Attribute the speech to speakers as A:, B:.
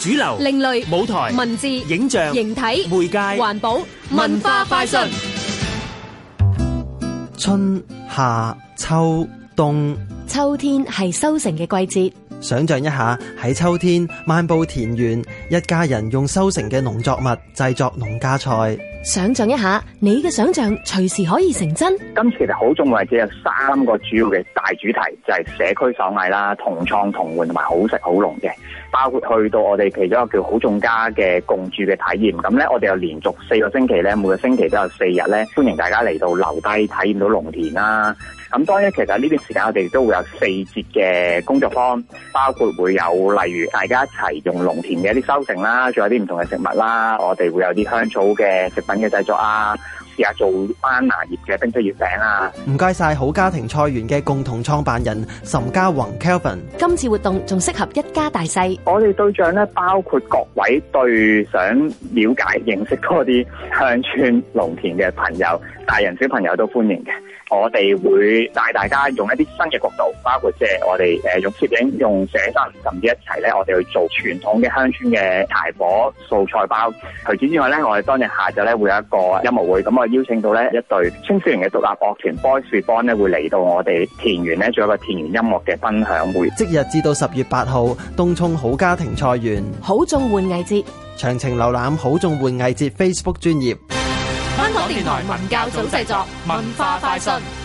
A: 主流、
B: 另類、
A: 舞台、
B: 文字、
A: 影像、
B: 形體、
A: 媒介、
B: 環保、文化快訊。
C: 春夏秋冬，
D: 秋天係收成嘅季節。
C: 想象一下喺秋天漫步田園，一家人用收成嘅農作物製作農家菜。
D: 想象一下，你嘅想象隨時可以成真。
E: 今次其實好重為只有三個主要嘅大主題，就係、社區手藝啦、同創同玩同埋好食好農嘅，包括去到我哋其中一個叫好眾家嘅共住嘅體驗。咁咧，我哋又連續四個星期咧，每個星期都有四日咧，歡迎大家嚟到留低體驗到農田啦。咁當然，其實呢段時間我哋都會有四節嘅工作坊，包括會有例如大家一齊用農田嘅一啲收成啦，仲有啲唔同嘅食物啦，我哋會有啲香草嘅食品嘅製作啊，試下做班拿葉嘅冰皮月餅啊。
C: 唔該晒好家庭菜園嘅共同創辦人岑家宏 Kelvin。
D: 今次活動仲適合一家大細。
E: 我哋對象咧包括各位對呃想了解認識多啲鄉村農田嘅朋友，大人小朋友都歡迎嘅。我哋會帶大家用一啲新嘅角度，包括即係我哋誒用攝影、用寫生，甚至一齊咧，我哋去做傳統嘅鄉村嘅柴火素菜包。除此之外咧，我哋當日下晝咧會有一個音樂會，咁我邀請到咧一隊青少年嘅獨立樂團 Boys r e b o r n 咧會嚟到我哋田園咧做一個田園音樂嘅分享會。
C: 即日至到十月八號，東涌好家庭菜園。
D: 好眾玩藝節，
C: 詳情瀏覽好眾玩藝節 Facebook 專頁。
B: 香港電台文教組製作，文化快訊。